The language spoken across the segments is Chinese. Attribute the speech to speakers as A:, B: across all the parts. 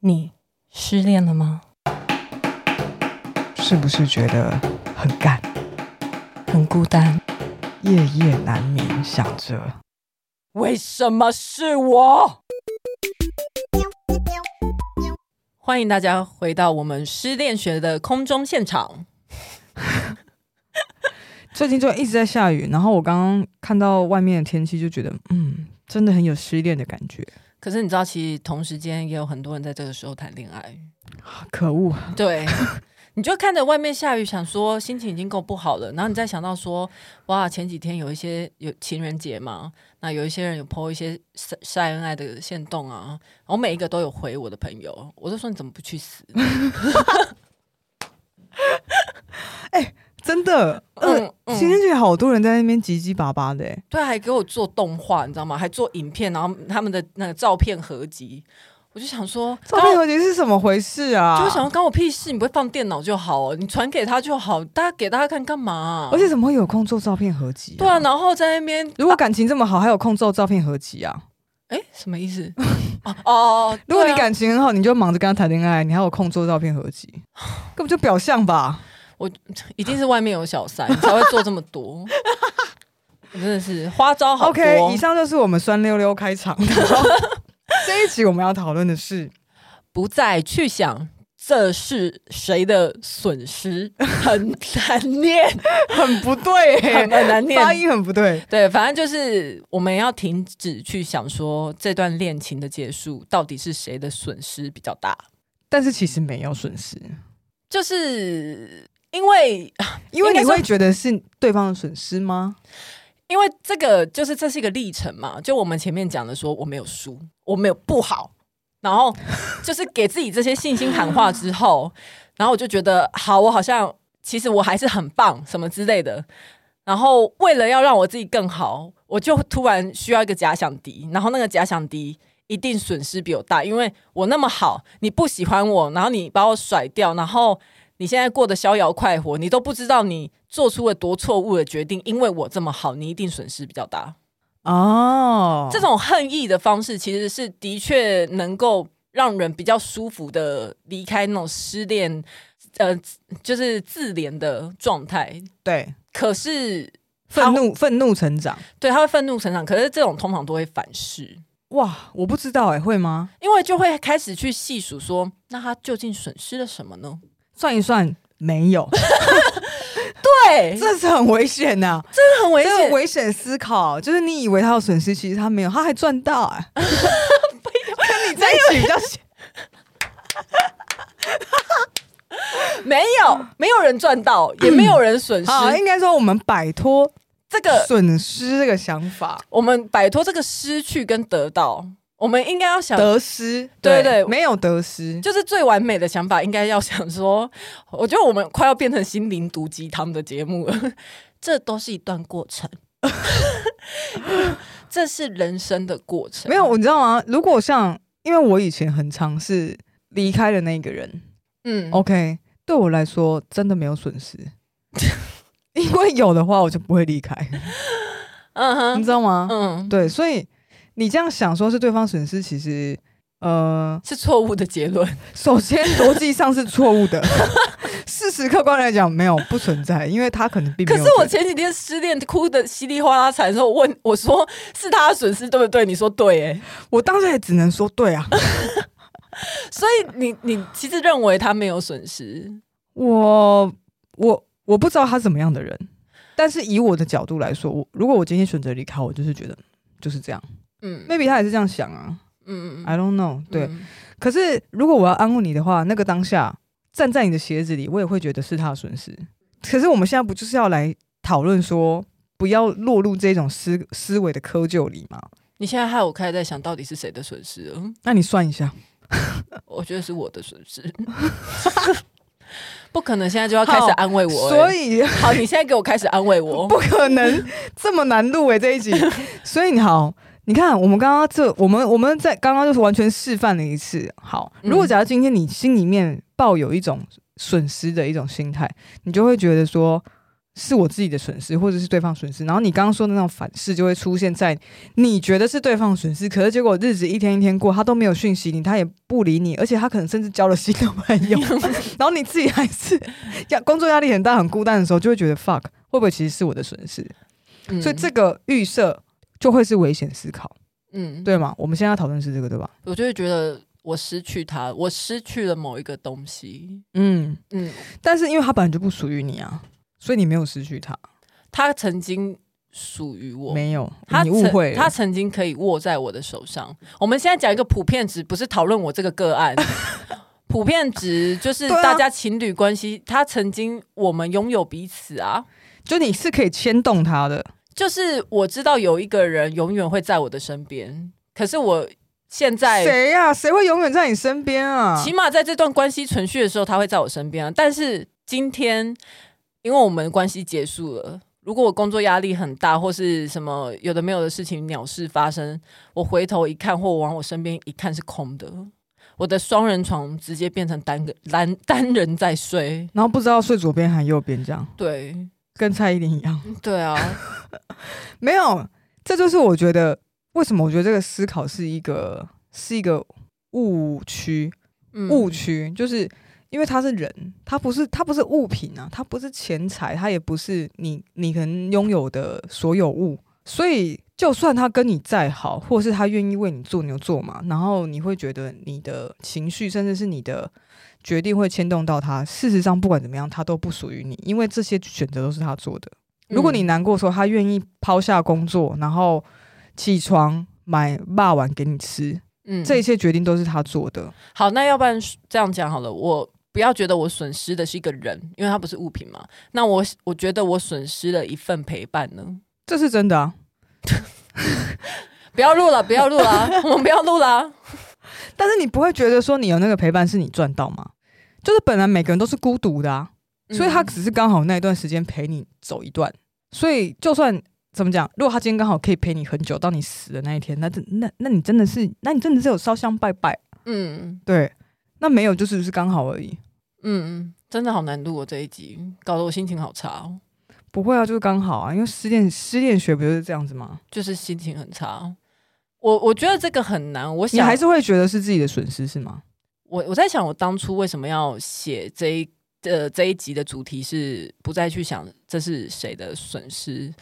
A: 你失恋了吗？
B: 是不是觉得很干，
A: 很孤单，
B: 夜夜难眠，想着
A: 为什么是我？欢迎大家回到我们失恋学的空中现场。
B: 最近就一直在下雨，然后我刚刚看到外面的天气，就觉得嗯，真的很有失恋的感觉。
A: 可是你知道，其实同时间也有很多人在这个时候谈恋爱。
B: 可恶，
A: 对， 你就看着外面下雨，想说心情已经够不好了，然后你再想到说，哇，前几天有一些有情人节嘛，那有一些人有 po 一些晒晒恩爱的线动啊，我每一个都有回我的朋友，我就说你怎么不去死？
B: 真的，呃
A: 嗯，嗯
B: 情人节好多人在那边唧唧巴巴的、欸，
A: 对，还给我做动画，你知道吗？还做影片，然后他们的那个照片合集，我就想说，
B: 照片合集是怎么回事啊？
A: 就会想说，关我屁事！你不会放电脑就好哦，你传给他就好，大家给大家看干嘛啊、
B: 而且怎么会有空做照片合集、
A: 对啊，，然后在那边
B: 如果感情这么好，还有空做照片合集啊？
A: 哎，什么意 思？哦哦哦，
B: 如果你
A: 对啊，
B: 感情很好，你就忙着跟他谈恋爱，你还有空做照片 合集，根本就表象吧？
A: 一定是外面有小三，你才会做这么多。 真的是花招好多。
B: OK，以上就是我们酸溜溜开场。 然后这一集我们要讨论的是，
A: 不再去想这是谁的损失，很难 念，
B: 很不对、
A: 很
B: 欸，
A: 难
B: 发
A: 念。
B: 音很不对。
A: 对，反正就是我们要停止去想说这段恋情的结束到底是谁的损失比较大，
B: 但是其实没有损失，
A: 就是因为
B: 因为
A: 应该
B: 你
A: 说
B: 会觉得是对方的损失吗？
A: 因为这个就是这是一个历程嘛，就我们前面讲的说我没有输，我没有不好，然后 就是给自己这些信心喊话之后，然后我就觉得好，我好像其实我还是很棒什么之类的，然后为了要让我自己更好，我就突然需要一个假想敌，然后那个假想敌。一定损失比我大，因为我那么好，你不喜欢我，然后你把我甩掉，然后你现在过得逍遥快活，你都不知道你做出了多错误的决定，因为我这么好，你一定损失比较大。
B: 哦，
A: 这种恨意的方式，其实是的确能够让人比较舒服的离开那种失恋，呃，就是自怜的状态。
B: 对
A: 可是，
B: 愤怒愤怒成长，
A: 对他会愤怒成长，可是这种通常都会反噬。
B: 哇，我不知道哎、会吗？
A: 因为就会开始去细数说，那他究竟损失了什么呢？
B: 算一算。没有，
A: 对，
B: 这是很危险呐、
A: 这很危
B: 这
A: 险
B: 是。危险思考，就是你以为他有损失，其实他没有，他还赚到 哎、欸。跟你在一起比较险
A: 没有，没有人赚到，也没有人损失。
B: 好，哎应该说我们摆脱
A: 这个
B: 损失这个想法，
A: 我们摆脱这个失去跟得到，我们应该要想，
B: 得失，
A: 呃对对
B: 没有得失，
A: 就是最完美的想法，应该要想说， 我觉得我们快要变成心灵毒鸡汤的节目 了，这都是一段过程， 这是人生的过程。
B: 没有，，我知道吗？如果像，因为我以前很常是离开的那个人、
A: 嗯，
B: o k 对我来说真的没有损失， 因为有的话我就不会离开，
A: 嗯哼，
B: 你知道吗？
A: 嗯，
B: 对，所以你这样想说是对方损失，其实呃，
A: 是错误的结论。
B: 首先逻辑上是错 误的，事实客观来讲没有不存在，因为他可能并没
A: 可
B: 有。
A: 是我前几天失恋哭的稀里哗啦惨的时候，我问我说是他的损失对不对？你说对、 欸，
B: 我当时也只能说对啊，
A: 所以你你其实认为他没有损失，
B: 我我我不知道他怎么样的人，但是以我的角度来说，我如果我今天选择离开，我就是觉得就是这样
A: 嗯
B: ，maybe 他也是这样想啊
A: 嗯嗯，
B: ，I don't know。对，
A: 嗯
B: 可是如果我要安慰你的话，那个当下站在你的鞋子里，我也会觉得是他的损失。可是我们现在不就是要来讨论说，不要落入这种思思维的窠臼里吗？
A: 你现在害我开始在想到底是谁的损失了，
B: 那你算一下，呃
A: 我觉得是我的损失， 不可能现在就要开始安慰我、
B: 所
A: 以
B: 以
A: 好，你现在给我开始安慰我，
B: 不可能这么难录欸诶、这一集。所以你好，你看我们刚刚这，我们我们在刚刚就是完全示范了一次。好，
A: 嗯
B: 如果假如今天你心里面抱有一种损失的一种心态，你就会觉得说是我自己的损失，或者是对方损失。然后你刚刚说的那种反噬就会出现在你觉得是对方损失，可是结果日子一天一天过，他都没有讯息你，他也不理你，而且他可能甚至交了新的朋友，然后你自己还是压工作压力很大、很孤单的时候，就会觉得 fuck 会不会其实是我的损失？
A: 嗯
B: 所以这个预设就会是危险思考，
A: 嗯，
B: 对吗？我们现在要讨论是这个，对吧？
A: 我就会觉得我失去他，我失去了某一个东西。
B: 嗯，
A: 嗯，
B: 但是因为他本来就不属于你啊，所以你没有失去他，
A: 他曾经属于我，
B: 没有，
A: 他
B: 你误
A: 曾
B: 会了
A: 他曾经可以握在我的手上。我们现在讲一个普遍值，不是讨论我这个个案。 普遍值就是
B: 对啊
A: 大家情侣关系，他曾经我们拥有彼此啊，
B: 就你是可以牵动他的，
A: 就是我知道有一个人永远会在我的身边，可是我现在
B: 谁呀、谁会永远在你身边啊？
A: 起码在这段关系存续的时候，他会在我身边啊。但是今天，因为我们关系结束了。如果我工作压力很大，或是什么有的没有的事情鸟事发生，我回头一看，或我往我身边一看是空的，我的双人床直接变成单个单单人在睡。
B: 然后不知道睡左边还右边，这样
A: 对，
B: 跟蔡依林一样。
A: 对啊，
B: 没有，这就是我觉得为什么我觉得这个思考是一个是一个误区，
A: 嗯
B: 误区就是因为他是人，他不是他不是物品啊，他不是钱财，他也不是你你可能拥有的所有物，所以就算他跟你再好，或是他愿意为你做牛做马，然后你会觉得你的情绪甚至是你的决定会牵动到他，事实上不管怎么样，他都不属于你，因为这些选择都是他做的。如果你
A: 嗯
B: 难过的时候，他愿意抛下工作，然后起床买霸碗给你吃，
A: 嗯
B: 这一切决定都是他做的。
A: 好，那要不然这样讲好了，我不要觉得我损失的是一个人，因为他不是物品嘛。那我我觉得我损失了一份陪伴呢。
B: 这是真的啊！
A: 不要录了，不要录了，啊 我们不要录了。啊
B: 但是你不会觉得说你有那个陪伴是你赚到吗？就是本来每个人都是孤独的啊， 所以他
A: 嗯
B: 只是刚好那一段时间陪你走一段。所以就算怎么讲，如果他今天刚好可以陪你很久，到你死的那一天，那真那那你真的是，那你真的是有烧香拜拜，
A: 嗯
B: 对，那没有就是是刚好而已。
A: 嗯，真的好难录哦这一集，搞得我心情好差哦，
B: 不会啊，就是刚好啊，因为失恋失恋学不就是这样子吗？
A: 就是心情很差。哦我我觉得这个很难，我
B: 你
A: 想
B: 还是啊会觉得是自己的损失是吗？
A: 我我在想，我当初为什么要写这一呃这一集的主题是不再去想这是谁的损失，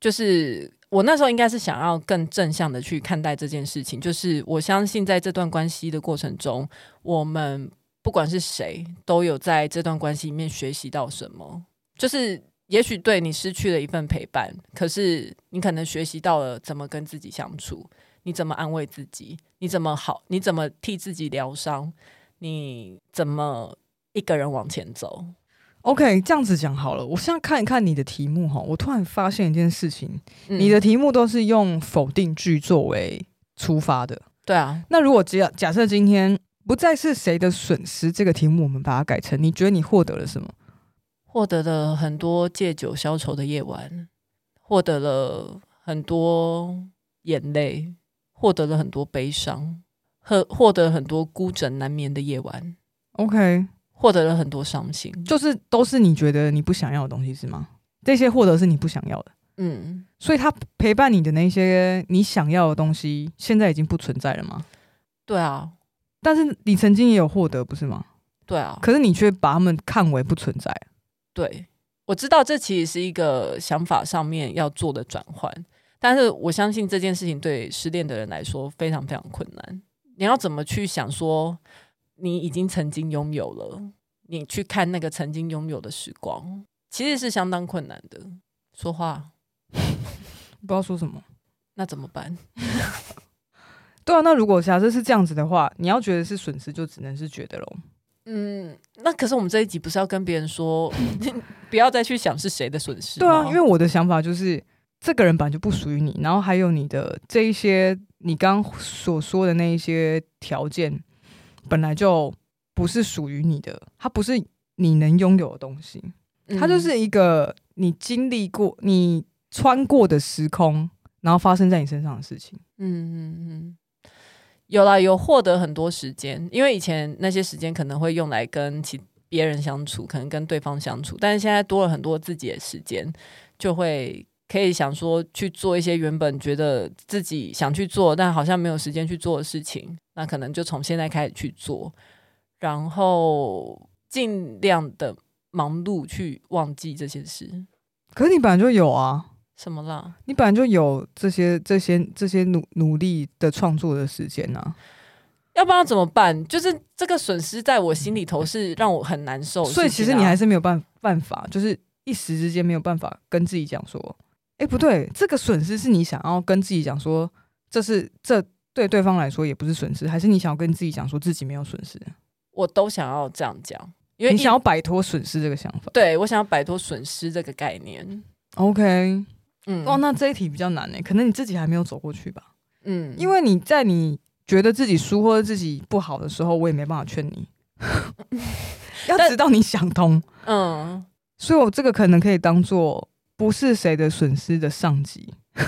A: 就是我那时候应该是想要更正向的去看待这件事情，就是我相信在这段关系的过程中，我们不管是谁都有在这段关系里面学习到什么，就是。也许对你失去了一份陪伴，可是你可能学习到了怎么跟自己相处，你怎么安慰自己？你怎么好？你怎么替自己疗伤？你怎么一个人往前走？
B: OK，这样子讲好了。我现在看一看你的题目哈，我突然发现一件事情，
A: 嗯
B: 你的题目都是用否定句作为出发的。
A: 对啊，
B: 那如果假假设今天不再是谁的损失这个题目，我们把它改成你觉得你获得了什么？
A: 获得了很多借酒消愁的夜晚，获得了很多眼泪，获得了很多悲伤，和获得了很多孤枕难眠的夜晚，
B: OK，
A: 获得了很多伤心。
B: 就是都是你觉得你不想要的东西是吗？这些获得是你不想要的，
A: 嗯，
B: 所以他陪伴你的那些你想要的东西，现在已经不存在了吗？
A: 对啊，
B: 但是你曾经也有获得，不是吗？
A: 对啊，
B: 可是你却把他们看为不存在。
A: 对，我知道这其实是一个想法上面要做的转换，但是我相信这件事情对失恋的人来说非常非常困难。你要怎么去想说，你已经曾经拥有了，你去看那个曾经拥有的时光，其实是相当困难的。说话
B: 不知道说什么。
A: 那怎么办？
B: 对啊，那如果假设是这样子的话，你要觉得是损失，就只能是觉得咯。
A: 嗯，那可是我们这一集不是要跟别人 说，你不要再去想是谁的损失
B: 对啊，
A: 吗
B: 因为我的想法就是，这个人本来就不属于你，然后还有你的这一些你刚所说的那一些条件，本来就不是属于你的，它不是你能拥有的东西，
A: 嗯
B: 它就是一个你经历过、你穿过的时空，然后发生在你身上的事情。
A: 嗯嗯嗯，有啦，有获得很多时间，因为以前那些时间可能会用来跟其别人相处，可能跟对方相处，但是现在多了很多自己的时间，就会可以想说去做一些原本觉得自己想去做，但好像没有时间去做的事情，那可能就从现在开始去做，然后尽量的忙碌去忘记这些事。
B: 可是你本来就有啊，
A: 什么啦？
B: 你本来就有这些这些这些努努力的创作的时间啊，
A: 要不然怎么办？就是这个损失在我心里头是让我很难受的事情啊、
B: 所以其实你还是没有办办法，就是一时之间没有办法跟自己讲说，哎、不对，这个损失是你想要跟自己讲说，这是这对对方来说也不是损失，还是你想要跟自己讲说自己没有损失，
A: 我都想要这样讲，因为
B: 你
A: 一
B: 想要摆脱损失这个想法。
A: 对我想要摆脱损失这个概念。
B: OK，
A: 嗯，
B: 哦，那这一题比较难呢、可能你自己还没有走过去吧，
A: 嗯，
B: 因为你在你觉得自己输或者自己不好的时候，我也没办法劝 你，要
A: 但
B: 直到你想通。
A: 嗯，
B: 所以我这个可能可以当做不是谁的损失的上级，然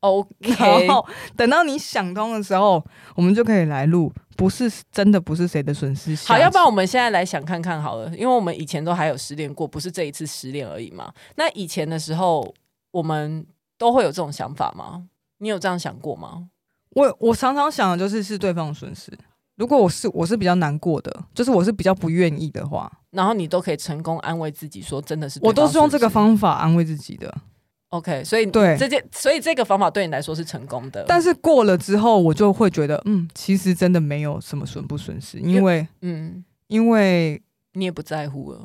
A: OK，
B: 后等到你想通的时候，我们就可以来录，不是真的不是谁的损失下集。
A: 好，要不然我们现在来想看看好了，因为我们以前都还有失恋过，不是这一次失恋而已嘛。那以前的时候，我们都会有这种想法吗？你有这样想过吗？
B: 我我常常想的就是是对方的损失。如果我是我是比较难过的，就是我是比较不愿意的话，
A: 然后你都可以成功安慰自己说，真的是对
B: 我都
A: 方
B: 是用这
A: 损
B: 个
A: 失。
B: 方法安慰自己的。
A: OK，所以
B: 对
A: 这件，所以这个方法对你来说是成功的。
B: 但是过了之后，我就会觉得，嗯，其实真的没有什么损不损失，因为
A: 嗯，
B: 因为
A: 你也不在乎 了，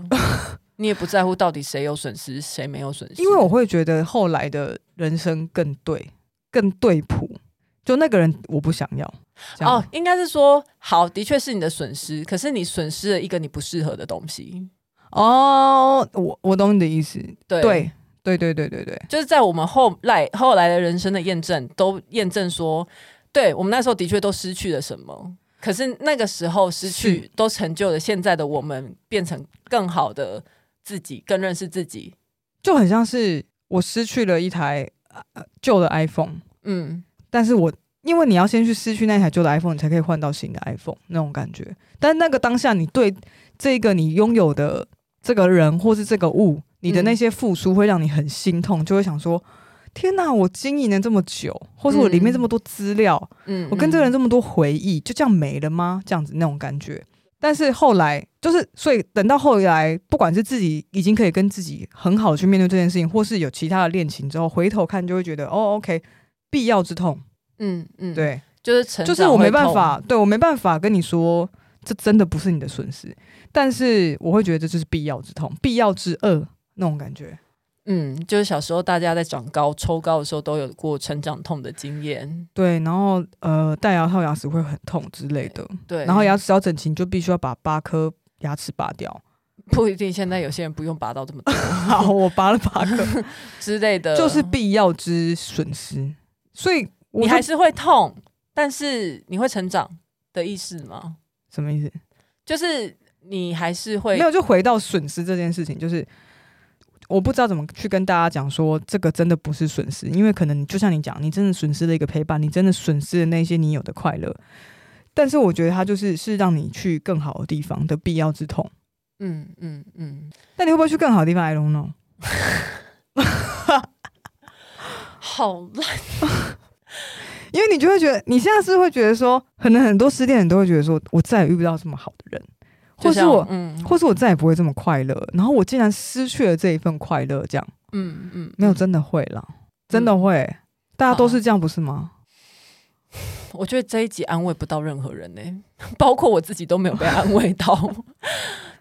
A: 你也不在乎到底谁有损失，谁没有损失。哦
B: 因为我会觉得后来的人生更对，更对谱。就那个人我不想要，这样
A: 哦，，应该是说，好，的确是你的损失，可是你损失了一个你不适合的东西。
B: 哦，我我懂你的意思，
A: 对，
B: 对对对对对对，
A: 就是在我们后来后来的人生的验证，都验证说，对我们那时候的确都失去了什么。可是那个时候失去
B: 是，
A: 都成就了现在的我们，变成更好的自己，更认识自己。
B: 就很像是我失去了一台呃旧的 iPhone，
A: 嗯，
B: 但是我因为你要先去失去那台旧的 iPhone，你才可以换到新的 iPhone 那种感觉。但那个当下，你对这个你拥有的这个人或是这个物，你的
A: 嗯
B: 那些付出会让你很心痛，就会想说：天哪，我经营了这么久，或是我里面
A: 嗯
B: 这么多资料，
A: 嗯
B: 我跟这个
A: 嗯
B: 人这么多回忆，就这样没了吗？这样子那种感觉。但是后来就是，所以等到后来，不管是自己已经可以跟自己很好的去面对这件事情，或是有其他的恋情之后，回头看就会觉得，哦，OK，必要之痛，
A: 嗯嗯，，
B: 对，
A: 就是成，
B: 就是我没办，法，对我没办法跟你说，这真的不是你的损失，但是我会觉得这就是必要之痛，必要之恶那种感觉。
A: 嗯，就是小时候大家在长高、抽高的时候都有过成长痛的经验，
B: 对，然后呃，戴牙套牙齿会很痛之类的，
A: 对，
B: 然后牙齿要整齐，你就必须要把八颗牙齿拔掉。
A: 不一定，现在有些人不用拔到这么多
B: 好，我拔了 八个，
A: 之类的，
B: 就是必要之损失。所以我
A: 你
B: 就
A: 还是会痛，但是你会成长的意思吗？
B: 什么意思？
A: 就是你还是
B: 没
A: 会
B: 有，就回到损失这件事情，就是我不知道怎么去跟大家讲说，这个真的不是损失，因为可能就像你讲，你真的损失了一个陪伴，你真的损失了那些你有的快乐。但是我觉得它就是是让你去更好的地方的必要之痛。
A: 嗯嗯嗯，
B: 但你会不会去更好的地方？I don't know。
A: 好烂，
B: 因为你就会觉得，你现在是会觉得说，可能很多失恋人都会觉得说，我再也遇不到这么好的人，或
A: 就是像
B: 我
A: 嗯
B: 或是我再也不会这么快乐，然后我竟然失去了这一份快乐，这样
A: 嗯嗯，哦
B: 没有真的会啦，真的会，大家都是这样，不是吗？
A: 我觉得这一集安慰不到任何人呢、 包括我自己都没有被安慰到。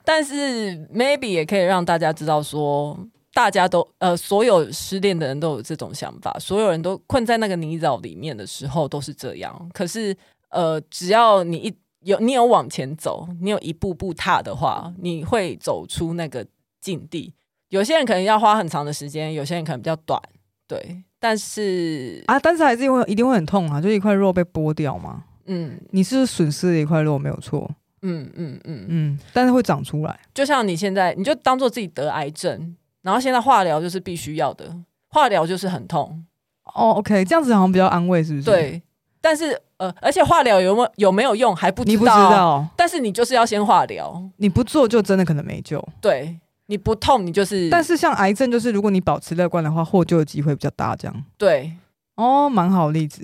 A: 但是 maybe 也可以让大家知道说，大家都呃，所有失恋的人都有这种想法，所有人都困在那个泥沼里面的时候都是这样。可是呃，只要你一有你有往前走，你有一步步踏的话，你会走出那个境地。有些人可能要花很长的时间，有些人可能比较短，对。但是，
B: 啊，但是还是会一定会很痛啊，就一块肉被剥掉嘛，
A: 嗯
B: 你是损失了一块肉没有错，
A: 嗯嗯嗯，
B: 嗯，但是会长出来，
A: 就像你现在，你就当做自己得癌症，然后现在化疗就是必须要的，化疗就是很痛，
B: 哦，OK，这样子好像比较安慰，是不是？，
A: 对。但是呃，而且化疗有没有有没有用还不
B: 你
A: 知
B: 不
A: 道
B: 知
A: 啊，
B: 道，
A: 但是你就是要先化疗，
B: 你不做就真的可能没救。
A: 对，你不痛你就是，
B: 但是像癌症，就是如果你保持乐观的话，获救的机会比较大。这样
A: 对，
B: 哦，蛮好的 例子。。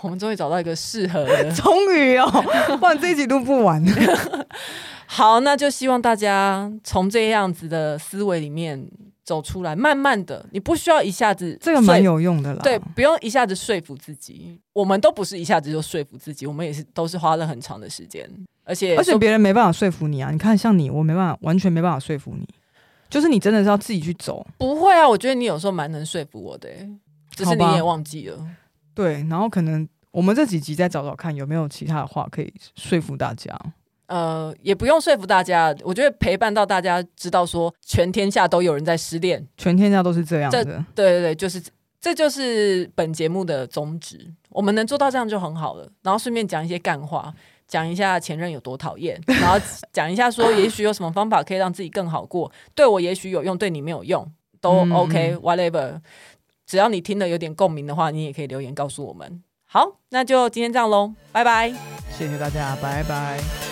A: 我们终于找到一个适合的
B: 终于哦，不然这一集录不完。
A: 好，那就希望大家从这样子的思维里面走出来，慢慢的，你不需要一下子
B: 这个
A: 说
B: 蛮有用的啦。
A: 对，不用一下子说服自己。我们都不是一下子就说服自己，我们也是都是花了很长的时间，而且
B: 而且
A: 说
B: 别人没办法说服你啊！你看，像你，我没办法，完全没办法说服你。就是你真的是要自己去走，
A: 不会啊，我觉得你有时候蛮能说服我的、欸只是
B: 好
A: 你
B: 吧
A: 也忘记了。
B: 对，然后可能我们这几集再找找看有没有其他的话可以说服大家。
A: 呃，也不用说服大家，我觉得陪伴到大家知道说全天下都有人在失恋，
B: 全天下都是这样的，
A: 对对对，就是这就是本节目的宗旨，我们能做到这样就很好了。然后顺便讲一些干话，讲一下前任有多讨厌，然后讲一下说也许有什么方法可以让自己更好过，对我也许有用，对你没有用都
B: 嗯
A: OK、whatever。只要你听了有点共鸣的话，你也可以留言告诉我们。好，那就今天这样喽，拜拜。
B: 谢谢大家，拜拜。